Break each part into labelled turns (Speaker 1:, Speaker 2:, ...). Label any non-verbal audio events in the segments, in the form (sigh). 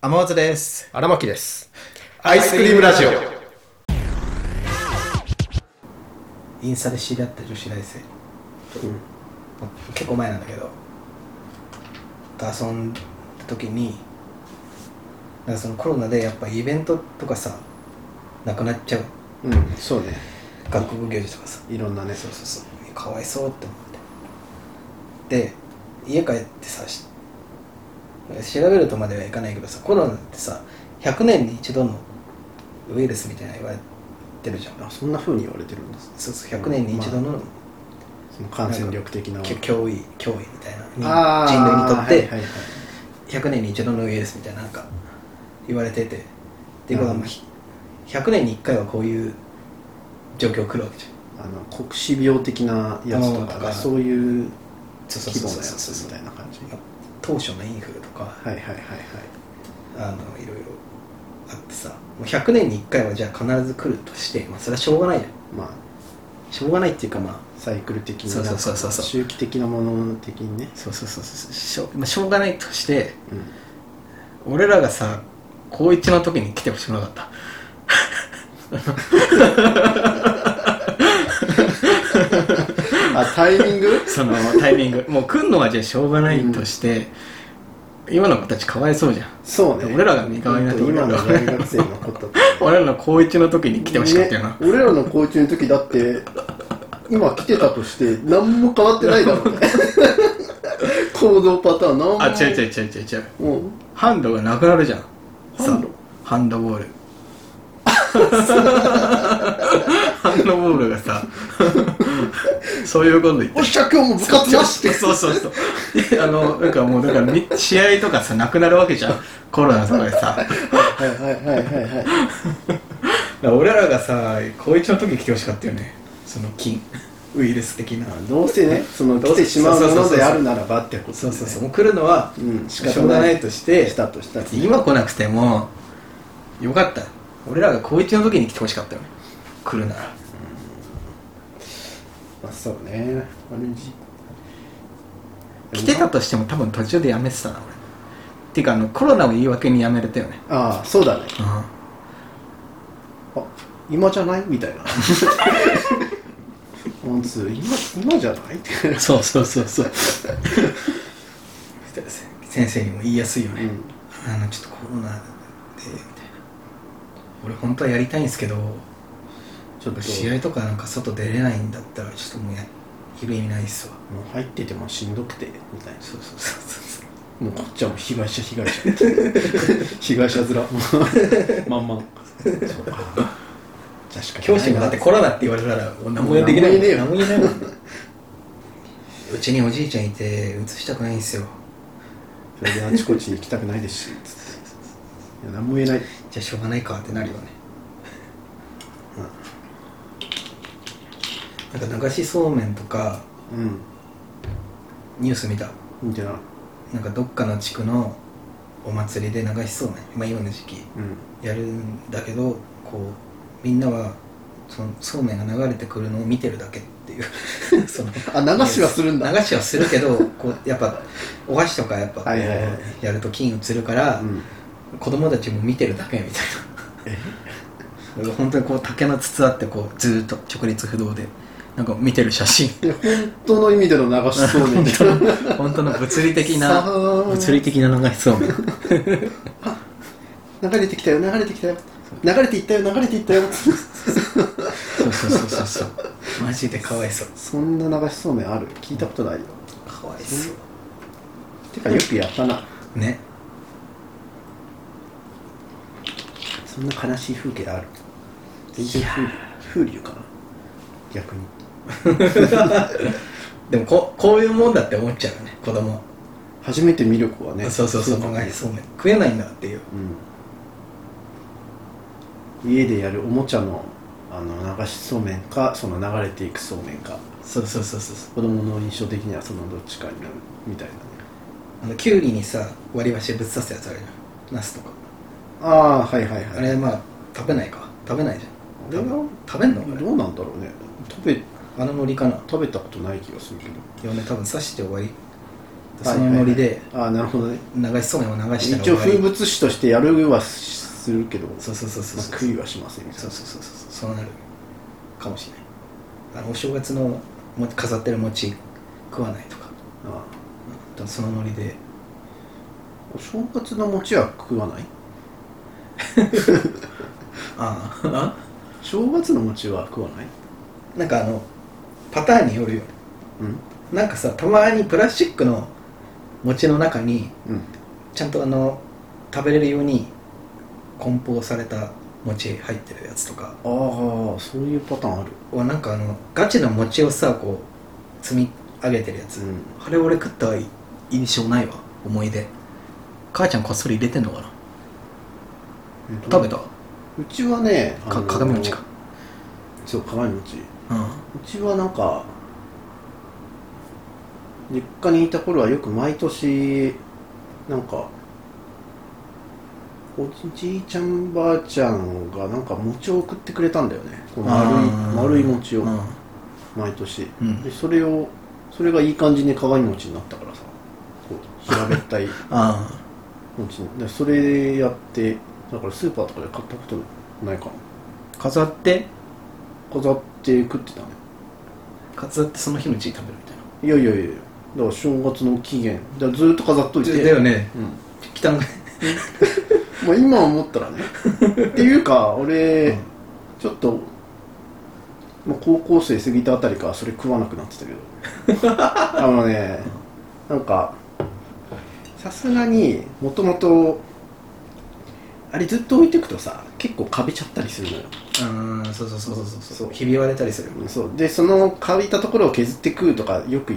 Speaker 1: 天松です
Speaker 2: 荒牧です。
Speaker 1: ア
Speaker 2: ア
Speaker 1: イ
Speaker 2: イ
Speaker 1: ス
Speaker 2: ス
Speaker 1: ク
Speaker 2: ク
Speaker 1: リ
Speaker 2: リ
Speaker 1: ーム
Speaker 2: ーム
Speaker 1: ラ
Speaker 2: ラ
Speaker 1: ジ
Speaker 2: ジ
Speaker 1: オ
Speaker 2: オ。
Speaker 1: インスタで知り合った女子大生結構前なんだけどと遊んだ時になんかそのコロナでやっぱイベントとかさなくなっちゃう
Speaker 2: うん、そうね。
Speaker 1: 学校行事とかさ
Speaker 2: いろんなね。
Speaker 1: そうそうそうかわいそうって思ってで家帰ってさし調べるとまではいかないけどさコロナってさ100年に一度のウイルスみたいなの言われてるじゃん
Speaker 2: あ、そんな風に言われてるんです。
Speaker 1: そうそう100年に一度の
Speaker 2: その感染力的な。
Speaker 1: きょ脅威脅威みたいな
Speaker 2: あ
Speaker 1: 人類にと
Speaker 2: ー
Speaker 1: って
Speaker 2: はいはいはい
Speaker 1: 100年に一度のウイルスみたいななんか言われててっていうことはまあ
Speaker 2: うん
Speaker 1: ひ100年に1回はこういう状況来るわけじゃん
Speaker 2: あの国死病的なやつと
Speaker 1: あー
Speaker 2: か
Speaker 1: とか
Speaker 2: がそういう
Speaker 1: そうそう
Speaker 2: 規
Speaker 1: そう
Speaker 2: 模の
Speaker 1: そう
Speaker 2: やつ
Speaker 1: そう
Speaker 2: みたいな感じ。はい
Speaker 1: 当初のインフルとか、
Speaker 2: はいはいはい。
Speaker 1: あのいろいろあってさもう100年に1回はじゃあ必ず来るとして、まあ、それはしょうがないじゃん
Speaker 2: まあ
Speaker 1: しょうがないっていうかまあ
Speaker 2: サイクル的
Speaker 1: そう
Speaker 2: な
Speaker 1: そうそうそうそう
Speaker 2: 周期的なもの的にね。
Speaker 1: そうそうそうそうしょ,、まあ、しょうがないとして
Speaker 2: うん。
Speaker 1: 俺らがさ高一の時に来てほしくなかった
Speaker 2: あ、タイミング？
Speaker 1: そのタイミングもう来んのはじゃあしょうがないとして、今の子たちかわい (laughs) そうじゃん
Speaker 2: そうね。
Speaker 1: 俺らが身代わりになって
Speaker 2: 本当今の大学生のことって。
Speaker 1: 俺らの高一の時に来てほしかったよな、
Speaker 2: ね俺らの高中の時だって今来てたとして何も変わってないだろうね (laughs) 行動パターン何も
Speaker 1: あ違う
Speaker 2: う
Speaker 1: 違う違う違う違う
Speaker 2: うん
Speaker 1: ハンドがなくなるじゃん
Speaker 2: ハンド
Speaker 1: さハンドボールハンドボールがさそういうこと言って
Speaker 2: おっしゃ今日も部活なしって
Speaker 1: そうそうそういやあのなんかもうだからみ試合とかさなくなるわけじゃんコロナとかでさだか
Speaker 2: はいはいはいはいはい
Speaker 1: ら俺らがさ高一の時来てほしかったよねその菌 (laughs) ウイルス的な
Speaker 2: どうせねその来てしまうものであるならばってこと
Speaker 1: そうそうそう
Speaker 2: う
Speaker 1: もう来るのは
Speaker 2: うん仕
Speaker 1: し
Speaker 2: 方
Speaker 1: ょうが
Speaker 2: な
Speaker 1: ないいとして
Speaker 2: したとしたらね
Speaker 1: 今来なくてもよかった俺らが高一の時に来てほしかったよね来るなら
Speaker 2: まあそうねあれじ
Speaker 1: 来てたとしても多分途中でやめてたな俺っていうかあのコロナを言い訳にやめれたよね
Speaker 2: ああそうだね
Speaker 1: うん
Speaker 2: あ今じゃないみたいな (laughs) ワンツー今今じゃないって
Speaker 1: そうそうそうそう (laughs) 先生にも言いやすいよね、あのちょっとコロナでみたいな俺本当はやりたいんですけど
Speaker 2: ちょっと
Speaker 1: 試合とかなんか外出れないんだったらちょっともうやいる意味ないっすわ
Speaker 2: もう入っててもしんどくてみたいな
Speaker 1: そうそうそうそう
Speaker 2: もうこっちはもう被害者被害 (laughs) 者被害者 (laughs) 面もうまんまそうかじゃあしか
Speaker 1: 教師もだってコロナって言われたらもう何もできないもん
Speaker 2: 何も言えねえよ
Speaker 1: 何も言えない (laughs) もんうちにおじいちゃんいて移したくないんですよ
Speaker 2: それであちこち行きたくないですしつっていや何も言えない
Speaker 1: じゃあしょうがないかってなるよね、なんか流しそうめんとか
Speaker 2: うん
Speaker 1: ニュース見た
Speaker 2: みたいな
Speaker 1: なんかどっかの地区のお祭りで流しそうめん、まあ、今の時期
Speaker 2: うん
Speaker 1: やるんだけどこうみんなはそのそうめんが流れてくるのを見てるだけっていう
Speaker 2: (laughs)
Speaker 1: その
Speaker 2: あ流しはするんだ
Speaker 1: 流しはするけどこうやっぱお箸とかやっぱこう
Speaker 2: はいはいは
Speaker 1: やると金移るから、
Speaker 2: うん
Speaker 1: 子供たちも見てるだけみたいななんか本当にこう竹の筒あってこうずーっと直立不動でなんか見てる写
Speaker 2: (laughs)
Speaker 1: 真
Speaker 2: いや本当の意味での流しそうめんみたいな
Speaker 1: 本当の物理的
Speaker 2: さ
Speaker 1: な
Speaker 2: あ
Speaker 1: 物理的な流しそうめん
Speaker 2: 流れてきたよ流れてきたよ流れていったよ流れていったよ (laughs)
Speaker 1: そうそうそうそうそうマジでかわいそう
Speaker 2: そんな流しそうめんある聞いたことないよ
Speaker 1: かわいそ
Speaker 2: てかよくやったな
Speaker 1: うね
Speaker 2: そんな悲しい風景ある全然風風流かな逆に
Speaker 1: (laughs) でもここういうもんだって思っちゃうよね子供
Speaker 2: 初めて見る子はね
Speaker 1: そうそうそう
Speaker 2: だ
Speaker 1: 流し
Speaker 2: ね
Speaker 1: そうめん食えないんだっていう
Speaker 2: うん、家でやるおもちゃのあの流しそうめんかその流れていくそうめんか
Speaker 1: そうそうそうそうそう
Speaker 2: 子供の印象的にはそのどっちかになるみたいなね
Speaker 1: あのきゅうりにさ割り箸ぶっ刺すやつあるじゃんナスとか
Speaker 2: ああはいはいはい
Speaker 1: あれまあ食べないか食べないじ
Speaker 2: あれ
Speaker 1: ゃん
Speaker 2: は
Speaker 1: 食べんのあれ
Speaker 2: どうなんだろうね食べ
Speaker 1: あのノリかな
Speaker 2: 食べたことない気がするけど
Speaker 1: 嫁多分刺して終わりそのノリで
Speaker 2: はいはいはいああなるほどね
Speaker 1: 流しそうめんを流したら
Speaker 2: 一
Speaker 1: 終
Speaker 2: 応
Speaker 1: わ
Speaker 2: 風
Speaker 1: り
Speaker 2: 物詩としてやるはするけど
Speaker 1: そうそうそうそう
Speaker 2: まあ
Speaker 1: そう
Speaker 2: 食いはしませんみたい
Speaker 1: そ
Speaker 2: な
Speaker 1: うそうそうそうそうなるかもしれないあのお正月のも飾ってる餅食わないとか
Speaker 2: あ
Speaker 1: うんそのノリで
Speaker 2: あお正月の餅は食わない
Speaker 1: ああ
Speaker 2: 正月の餅は食わない
Speaker 1: (laughs) なんかあのパターンによるよ
Speaker 2: うん
Speaker 1: なんかさたまにプラスチックの餅の中に
Speaker 2: うん
Speaker 1: ちゃんとあの食べれるように梱包された餅入ってるやつとか
Speaker 2: ああそういうパターンある
Speaker 1: はなんかあのガチの餅をさこう積み上げてるやつ、
Speaker 2: うん
Speaker 1: あれ俺食った印象ないわ思い出母ちゃんこっそり入れてんのかな
Speaker 2: えっと
Speaker 1: 食べたか
Speaker 2: うちはねあの
Speaker 1: 鏡餅か
Speaker 2: そう鏡餅う
Speaker 1: うん
Speaker 2: ちはなんか実家にいた頃はよく毎年なんかおじいちゃんばあちゃんがなんか餅を送ってくれたんだよねこう丸い
Speaker 1: あー
Speaker 2: 丸い餅を
Speaker 1: うん
Speaker 2: 毎年
Speaker 1: うん
Speaker 2: でそれをそれがいい感じに鏡餅になったからさこう平べったい
Speaker 1: あ
Speaker 2: 餅にでそれやってだからスーパーとかで買ったことないかな
Speaker 1: ー飾って
Speaker 2: 飾って食ってたね
Speaker 1: 飾ってその日のうちに食べるみたいない
Speaker 2: やいやいやだから正月の期限だからずーっと飾っといて
Speaker 1: だよね
Speaker 2: うん
Speaker 1: 汚い
Speaker 2: まあ、今思ったらねっていうか俺、
Speaker 1: うん
Speaker 2: ちょっと、まあ、高校生過ぎたあたりからそれ食わなくなってたけど
Speaker 1: (laughs)
Speaker 2: あのねなんかさすがにもともとあれずっと置いてくとさ結構かびちゃったりするのよ
Speaker 1: うんそうそうそうそうそう
Speaker 2: そう
Speaker 1: ひび割れたりする
Speaker 2: そうでそのかびたところを削って食うとかよく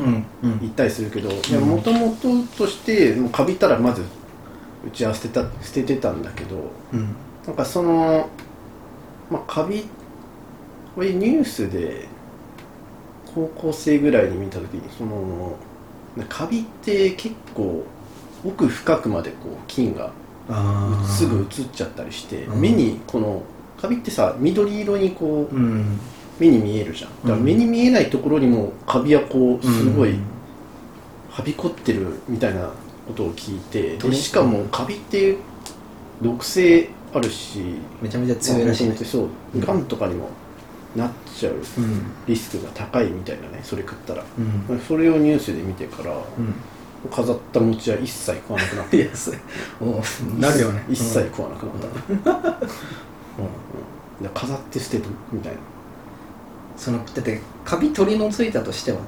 Speaker 1: うんうん
Speaker 2: 言ったりするけどもともととしてもうかびたらまずうちは捨てた捨ててたんだけど
Speaker 1: うん
Speaker 2: なんかその、まあ、カビこれニュースで高校生ぐらいに見た時にそのカビって結構奥深くまでこう菌が
Speaker 1: ああ
Speaker 2: すぐ移っちゃったりして
Speaker 1: うん
Speaker 2: 目にこのカビってさ緑色にこう
Speaker 1: うん
Speaker 2: 目に見えるじゃんだから目に見えないところにもカビはこうすごい
Speaker 1: うん
Speaker 2: はびこってるみたいなことを聞いて
Speaker 1: どう
Speaker 2: でしかもカビって毒性あるし
Speaker 1: めちゃめちゃ強いらしいね
Speaker 2: まあそうがんとかにもなっちゃう
Speaker 1: うん
Speaker 2: リスクが高いみたいなねそれ食ったら
Speaker 1: うん
Speaker 2: それをニュースで見てから
Speaker 1: うん
Speaker 2: 飾った餅は一切食わなくなった
Speaker 1: いやそれおう (laughs) なるよね
Speaker 2: 一切
Speaker 1: うん
Speaker 2: 食わなくなっ
Speaker 1: う
Speaker 2: た、
Speaker 1: ん
Speaker 2: で飾って捨てるみたいな、
Speaker 1: そのだってカビ取り除いたとしては
Speaker 2: う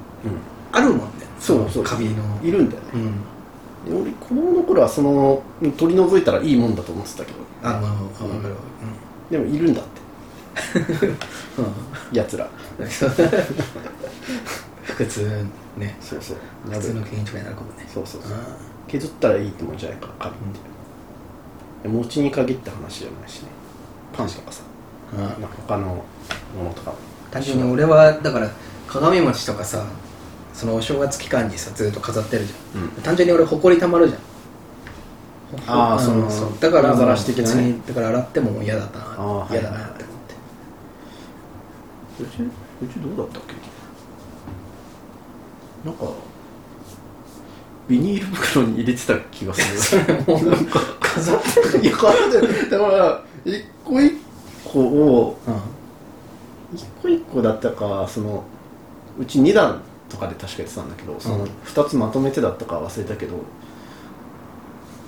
Speaker 1: あるもんね
Speaker 2: そうそう
Speaker 1: カビの
Speaker 2: ん、いるんだよね
Speaker 1: うん
Speaker 2: で俺子供の頃はその取り除いたらいいもんだと思ってたけど
Speaker 1: あのわか
Speaker 2: うん
Speaker 1: るわ
Speaker 2: でもいるんだって
Speaker 1: うんうん (laughs)
Speaker 2: やつら
Speaker 1: 普通ね
Speaker 2: そうそう
Speaker 1: 普通の原因とかになるかもね
Speaker 2: そうそうそう
Speaker 1: あ
Speaker 2: 削ったらいいってもんじゃないからカビって、餅に限った話じゃないしねパンとかさ
Speaker 1: あ
Speaker 2: なんか他のものとかも
Speaker 1: 単純に俺はだから鏡餅とかさそのお正月期間にさずっと飾ってるじゃん、
Speaker 2: うん
Speaker 1: 単純に俺ほこりたまるじゃん
Speaker 2: あー
Speaker 1: ほ
Speaker 2: その
Speaker 1: うだから
Speaker 2: 野ざらし的なね
Speaker 1: 別にだから洗ってももう嫌だったな
Speaker 2: あー
Speaker 1: 嫌だ
Speaker 2: はい
Speaker 1: な
Speaker 2: はい
Speaker 1: って思って
Speaker 2: うちうちどうだったっけなんかビニール袋に入れてた気がす (laughs) るなんか
Speaker 1: 飾って
Speaker 2: いやこれでだから一個一個を一個一個だったかそのうち2段とかで確かやってたんだけどそうの
Speaker 1: ん
Speaker 2: 2つまとめてだったか忘れたけど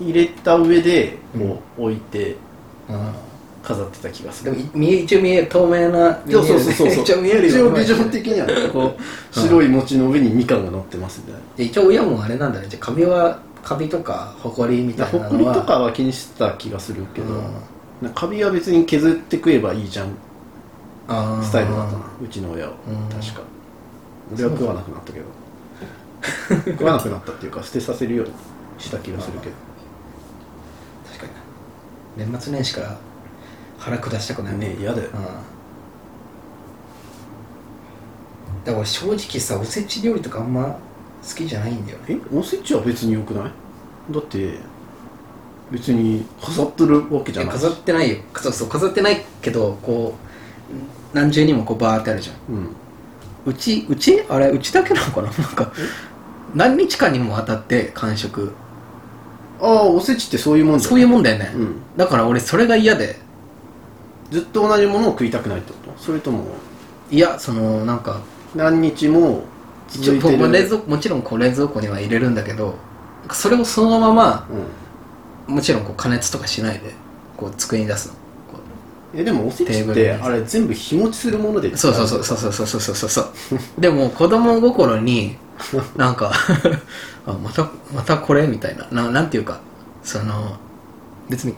Speaker 2: 入れた上でこう置いて
Speaker 1: うん、うん
Speaker 2: 飾ってた気がす
Speaker 1: で
Speaker 2: る、
Speaker 1: もい見え一応見える透明な見え
Speaker 2: そう
Speaker 1: る
Speaker 2: そうそうそう
Speaker 1: 一応見えるよ
Speaker 2: 一応ビジョン的にはねこう白い餅の上にみかんが乗ってますみたいな
Speaker 1: で一応親もあれなんだねじゃあカビはカビとかホコリみたい
Speaker 2: ほ
Speaker 1: な
Speaker 2: こ
Speaker 1: の
Speaker 2: り
Speaker 1: は
Speaker 2: とかは気にしてた気がするけど、
Speaker 1: うん
Speaker 2: なんかカビは別に削って食えばいいじゃん
Speaker 1: あー
Speaker 2: スタイルだったなうちの親は
Speaker 1: うん
Speaker 2: 確か俺は食わなく
Speaker 1: (laughs)
Speaker 2: なったけど食わなくなったっていうか捨てさせるようにした気がするけど
Speaker 1: 確かにな年末年始から腹下したくない
Speaker 2: ね嫌だよ
Speaker 1: うんだから正直さおせち料理とかあんま好きじゃないんだよね
Speaker 2: えおせちは別によくないだって別に飾ってるわけじゃ
Speaker 1: いや
Speaker 2: ない
Speaker 1: 飾ってないよそうそう飾ってないけどこう何重にもこうバーってあるじゃん
Speaker 2: うん
Speaker 1: (laughs) うちうちあれうちだけなのかななんか何日間にもわたって完食
Speaker 2: ああおせちってそういうもんじゃ
Speaker 1: そういうもんだよね、
Speaker 2: うん
Speaker 1: だから俺それが嫌で
Speaker 2: ずっと同じものを食いたくないってことそれとも
Speaker 1: いやそのなんか
Speaker 2: 何日も
Speaker 1: 一
Speaker 2: 続
Speaker 1: 応
Speaker 2: いて
Speaker 1: もう冷
Speaker 2: る
Speaker 1: 蔵庫もちろんこう冷蔵庫には入れるんだけどそれをそのまま
Speaker 2: うん
Speaker 1: もちろんこう加熱とかしないでこう机に出すのこ
Speaker 2: えでもおせち
Speaker 1: テー
Speaker 2: っ
Speaker 1: ブルに
Speaker 2: てあれ全部日持ちするもので
Speaker 1: うそうそうそうそうそうそうそうそうそうでも子供心になんかあまたまたこれみたいなななんていうかその別に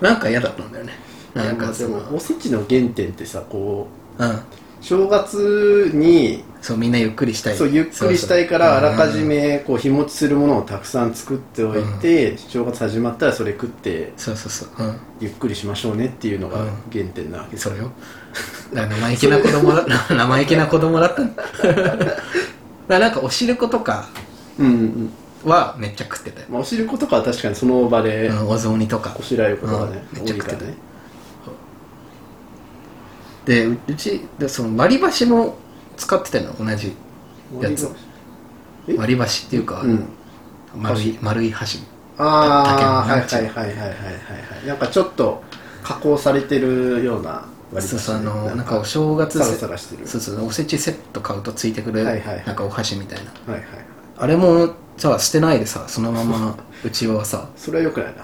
Speaker 1: なんか嫌だったんだよねなん
Speaker 2: いやま
Speaker 1: か
Speaker 2: あで
Speaker 1: その
Speaker 2: もおせちの原点ってさこう
Speaker 1: うん
Speaker 2: 正月に
Speaker 1: そうみんなゆっくりしたい
Speaker 2: そうゆっくりしたいからあ
Speaker 1: そうそう
Speaker 2: らかじめこう日持ちするものをたくさん作っておいて正月始まったらそれ食って
Speaker 1: そうそうそううん
Speaker 2: ゆっくりしましょうねっていうのが原点なわけです
Speaker 1: そうよ。だから生意気な子供だ、
Speaker 2: (laughs)
Speaker 1: 生意気な子供だった。だから (laughs) なんかお汁粉とか
Speaker 2: うんうん
Speaker 1: はめっちゃ食ってたよ。
Speaker 2: まあお汁粉とかは確かにその場で
Speaker 1: うんお雑煮とか
Speaker 2: こ。しらえることがね
Speaker 1: うん
Speaker 2: 多いから
Speaker 1: めっ
Speaker 2: ね
Speaker 1: ちで、ううち、でその割り箸も使ってたの、同じ。やつ
Speaker 2: え
Speaker 1: 割り箸っていうか、
Speaker 2: うん
Speaker 1: 丸い、丸い箸。
Speaker 2: ああはい
Speaker 1: 竹
Speaker 2: はい
Speaker 1: の
Speaker 2: はいはいはいはいはいなんかちょっと加工されてるような割り
Speaker 1: そう
Speaker 2: 箸
Speaker 1: そう、あ
Speaker 2: ね
Speaker 1: の、なんかお正月
Speaker 2: サラ
Speaker 1: せ、
Speaker 2: サラしてる
Speaker 1: そうそう、おせちセット買うとついてくる、
Speaker 2: はいはいはい
Speaker 1: なんかお箸みたいな。
Speaker 2: はいはいはい
Speaker 1: あれも、さ、捨てないでさ、そのま
Speaker 2: (laughs)
Speaker 1: ま、うちはさ、
Speaker 2: それはよくないな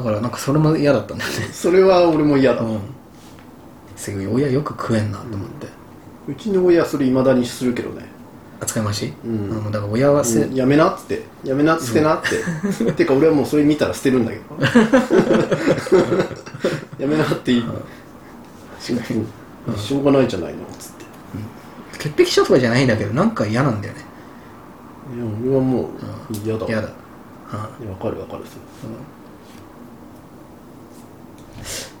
Speaker 1: だからなんかそれも嫌だったんだよね。
Speaker 2: それは俺も嫌だ、
Speaker 1: うんすごい親よく食えんなと思って、
Speaker 2: うちの親はそれいまだにするけどね、
Speaker 1: 扱いまし、
Speaker 2: うん
Speaker 1: あのだから親はせ、
Speaker 2: うんやめなっつってやめなって捨てなって、てか俺はもうそれ見たら捨てるんだけどやめなっていい、うんしょうがないじゃないのっつって
Speaker 1: 潔癖症とかじゃないんだけどなんか嫌なんだよね
Speaker 2: いや俺はもう嫌だ
Speaker 1: 嫌だ、うん
Speaker 2: いやわかるわかるそ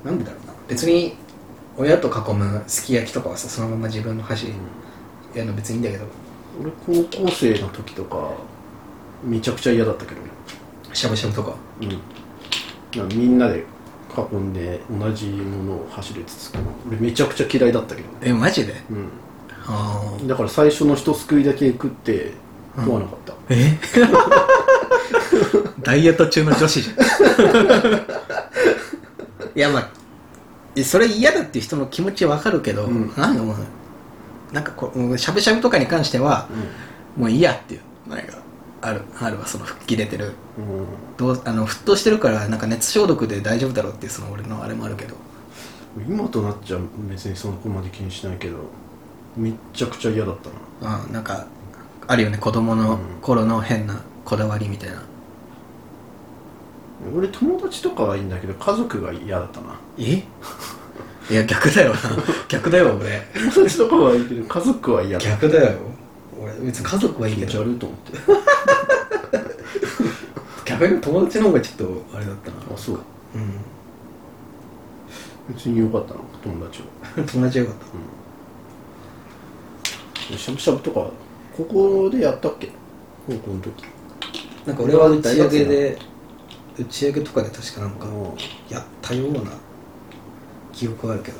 Speaker 2: れ
Speaker 1: なんでだろうな別に親と囲むすき焼きとかはさそのまま自分の箸やるの別にいいんだけど
Speaker 2: 俺高校生の時とかめちゃくちゃ嫌だったけどね
Speaker 1: しゃぶしゃぶとか
Speaker 2: うんなんかみんなで囲んで同じものを走れつつくの俺めちゃくちゃ嫌いだったけどね
Speaker 1: えマジで
Speaker 2: う
Speaker 1: あ
Speaker 2: んだから最初の一すくいだけ食って
Speaker 1: うん
Speaker 2: 食わなかった、
Speaker 1: え (laughs) ダイエット中の女子じゃん (laughs) いやまあえそれ嫌だっていう人の気持ちわかるけど、
Speaker 2: うん
Speaker 1: なんかもうなんかこううんしゃぶしゃぶとかに関してはもう嫌っていうなんかあるあるわその吹っ切れてる
Speaker 2: うん
Speaker 1: どうあの沸騰してるからなんか熱消毒で大丈夫だろうっていうその俺のあれもあるけど
Speaker 2: 今となっちゃ別にそこまで気にしないけどめちゃくちゃ嫌だったな
Speaker 1: うんなんかあるよね子供の頃の変なこだわりみたいな、
Speaker 2: 俺友達とかはいいんだけど家族が嫌だった (laughs) な
Speaker 1: えいや逆 (laughs) だよな逆だよ俺
Speaker 2: 友達とかはいいけど家族は嫌だ
Speaker 1: 逆だよ俺別に家族はいい
Speaker 2: 気
Speaker 1: け
Speaker 2: 持ち
Speaker 1: ど
Speaker 2: 悪いと思って
Speaker 1: 逆に友達の方がちょっとあれだったな
Speaker 2: あそう
Speaker 1: う
Speaker 2: 別に良かったな友達は
Speaker 1: ん (laughs) 友達はよかっ
Speaker 2: しゃぶしゃぶとかここでやったっけ高校の時
Speaker 1: たなんか俺は打ち上げで打ち上げとかで確かなんか
Speaker 2: あの
Speaker 1: やったような記憶はあるけど